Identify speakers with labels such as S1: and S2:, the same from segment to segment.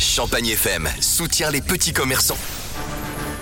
S1: Champagne FM soutient les petits commerçants.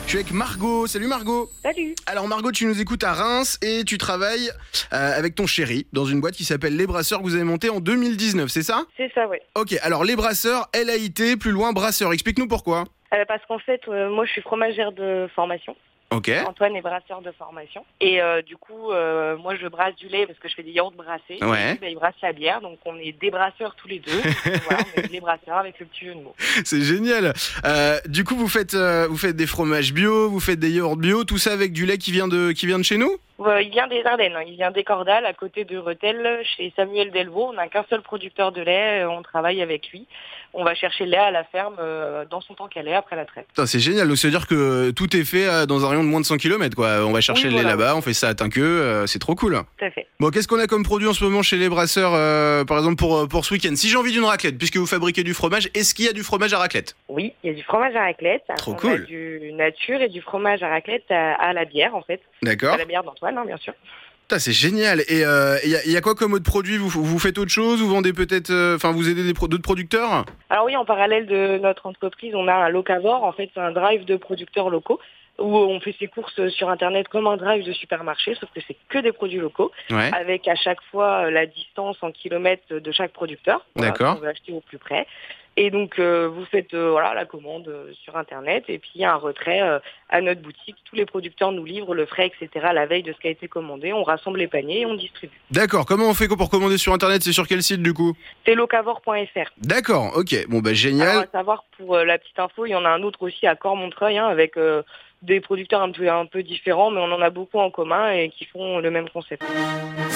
S2: Je suis avec Margot. Salut Margot.
S3: Salut.
S2: Alors Margot, tu nous écoutes à Reims et tu travailles euh, avec ton chéri dans une boîte qui s'appelle Les Brasseurs que vous avez montée en 2019, c'est ça
S3: C'est ça, ouais.
S2: Ok, alors Les Brasseurs, LAIT, plus loin Brasseurs. Explique-nous pourquoi.
S3: Euh, parce qu'en fait, euh, moi, je suis fromagère de formation.
S2: Ok.
S3: Antoine est brasseur de formation. Et euh, du coup, euh, moi, je brasse du lait parce que je fais des yaourts brassés.
S2: Ouais.
S3: Et lui, bah, il brasse la bière. Donc, on est des brasseurs tous les deux. Donc, voilà, on est des brasseurs avec le petit jeu de mots.
S2: C'est génial. Euh, du coup, vous faites, euh, vous faites des fromages bio, vous faites des yaourts bio, tout ça avec du lait qui vient de, qui vient de chez nous
S3: Ouais, il vient des Ardennes. hein. Il vient des Cordales, à côté de Retel, chez Samuel Delvaux. On n'a qu'un seul producteur de lait. euh, On travaille avec lui. On va chercher le lait à la ferme euh, dans son temps qu'elle est après la traite.
S2: Putain, c'est génial. Donc, ça veut dire que tout est fait euh, dans un rayon de moins de 100 km, quoi. On va chercher
S3: Oui,
S2: le lait
S3: voilà.
S2: là-bas, on fait ça à Tinqueux, euh, c'est trop cool.
S3: Tout à fait.
S2: Bon, qu'est-ce qu'on a comme produit en ce moment chez les brasseurs, euh, par exemple, pour, euh, pour ce week-end Si j'ai envie d'une raclette, puisque vous fabriquez du fromage, est-ce qu'il y a du fromage à raclette
S3: Oui, il y a du fromage à raclette.
S2: Trop
S3: on a
S2: cool.
S3: du nature et du fromage à raclette à, à la bière, en fait.
S2: D'accord.
S3: À la bière d'Antoine, hein, bien sûr.
S2: Putain, c'est génial. Et il y, a- y a quoi comme autre produit vous, vous faites autre chose Vous vendez peut-être, euh, enfin, vous aidez des pro- d'autres producteurs
S3: Alors oui, en parallèle de notre entreprise, on a un locavore. En fait, c'est un drive de producteurs locaux où on fait ses courses sur Internet comme un drive de supermarché, sauf que c'est que des produits locaux,
S2: Ouais.
S3: avec à chaque fois euh, la distance en kilomètres de chaque producteur.
S2: D'accord.
S3: On veut acheter au plus près. Et donc, euh, vous faites euh, voilà, la commande euh, sur Internet et puis il y a un retrait euh, à notre boutique. Tous les producteurs nous livrent le frais, etc., la veille de ce qui a été commandé. On rassemble les paniers et on distribue.
S2: D'accord. Comment on fait pour commander sur Internet C'est sur quel site du coup
S3: C'est locavore.fr.
S2: D'accord. Ok. Bon, bah
S3: Alors,
S2: génial.
S3: à savoir, pour euh, la petite info, il y en a un autre aussi à Cormontreuil, hein, avec euh, des producteurs un peu, un peu différents, mais on en a beaucoup en commun et qui font le même concept.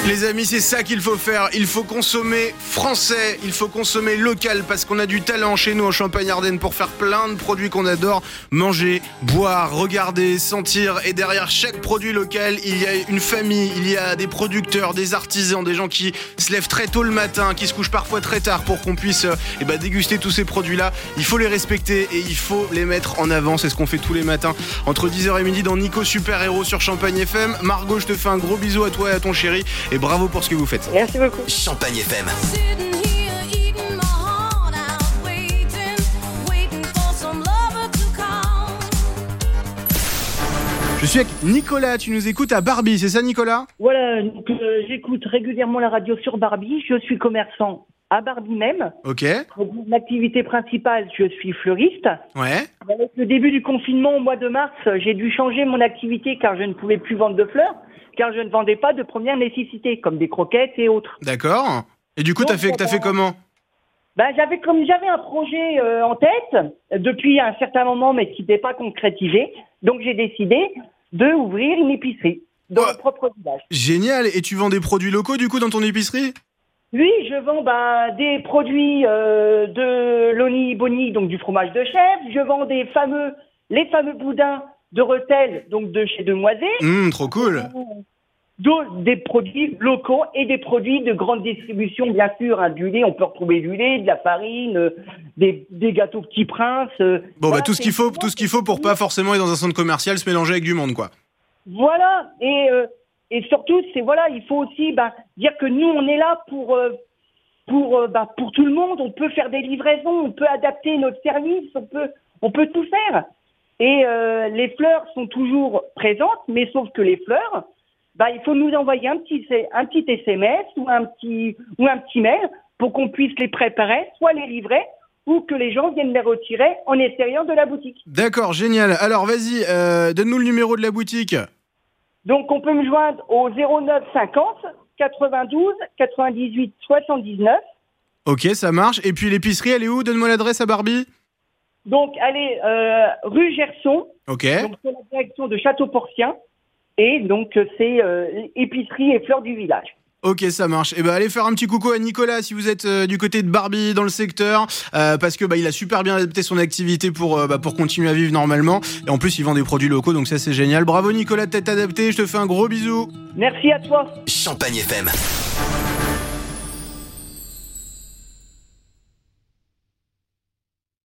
S2: Les amis, c'est ça qu'il faut faire. Il faut consommer français, il faut consommer local parce qu'on a du talent chez nous en Champagne-Ardenne pour faire plein de produits qu'on adore. Manger, boire, regarder, sentir. Et derrière chaque produit local, il y a une famille, il y a des producteurs, des artisans, des gens qui se lèvent très tôt le matin, qui se couchent parfois très tard pour qu'on puisse euh, eh ben, déguster tous ces produits-là. Il faut les respecter et il faut les mettre en avant. C'est ce qu'on fait tous les matins entre 10h et midi dans Nico Super Héros sur Champagne FM. Margot, je te fais un gros bisou à toi et à ton chéri et bravo pour ce que vous faites.
S3: Merci beaucoup.
S1: Champagne FM.
S4: Sitting here eating my heart out, waiting, waiting for some lover to come.
S2: Je suis avec Nicolas, tu nous écoutes à Barbie, c'est ça Nicolas
S5: Voilà, donc, euh, j'écoute régulièrement la radio sur Barbie. Je suis commerçant à Barbie même.
S2: Ok,
S5: Mon activité principale, je suis fleuriste.
S2: ouais.
S5: Avec le début du confinement au mois de mars, j'ai dû changer mon activité car je ne pouvais plus vendre de fleurs, car je ne vendais pas de première nécessité, comme des croquettes et autres.
S2: D'accord. Et du coup, t'as fait, t'as fait comment
S5: Ben, j'avais comme j'avais un projet euh, en tête euh, depuis un certain moment, mais qui n'était pas concrétisé. Donc j'ai décidé de ouvrir une épicerie dans
S2: Ouais.
S5: mon propre village.
S2: Génial. Et tu vends des produits locaux du coup dans ton épicerie
S5: Oui, je vends bah, des produits euh, de Loni Boni, donc du fromage de chèvre. Je vends des fameux, les fameux boudins de Retel, donc de chez Demoisé.
S2: Hum, trop cool.
S5: D'autres- des produits locaux et des produits de grande distribution, bien sûr. hein, du lait, on peut retrouver du lait, de la farine, euh, des, des gâteaux Petit Prince. euh.
S2: Bon bah
S5: Voilà,
S2: tout ce
S5: c'est
S2: qu'il faut,
S5: vraiment
S2: tout ce qu'il faut pour pas forcément être dans un centre commercial se mélanger avec du monde quoi.
S5: Voilà, et, euh, et surtout, c'est voilà, il faut aussi bah, dire que nous, on est là pour, euh, pour, euh, bah, pour tout le monde. On peut faire des livraisons, on peut adapter notre service, on peut, on peut tout faire. Et euh, les fleurs sont toujours présentes, mais sauf que les fleurs, bah, il faut nous envoyer un petit, C- un petit SMS ou un petit, ou un petit mail pour qu'on puisse les préparer, soit les livrer, ou que les gens viennent les retirer en extérieur de la boutique.
S2: D'accord, génial. Alors vas-y, euh, donne-nous le numéro de la boutique.
S5: Donc on peut me joindre au 09 50 92 98 79.
S2: Ok, ça marche. Et puis l'épicerie, elle est où Donne-moi l'adresse à Barbie.
S5: Donc allez euh, rue Gerson,
S2: Ok.
S5: donc c'est la direction de Château-Portien. Et donc euh, c'est euh, épicerie et fleurs du village.
S2: Ok, ça marche. Et ben allez faire un petit coucou à Nicolas si vous êtes euh, du côté de Barbie dans le secteur, euh, parce que bah, il a super bien adapté son activité pour euh, bah, pour continuer à vivre normalement. Et en plus, il vend des produits locaux, donc ça c'est génial. Bravo Nicolas, de t'être adapté. Je te fais un gros bisou.
S5: Merci à toi.
S1: Champagne FM.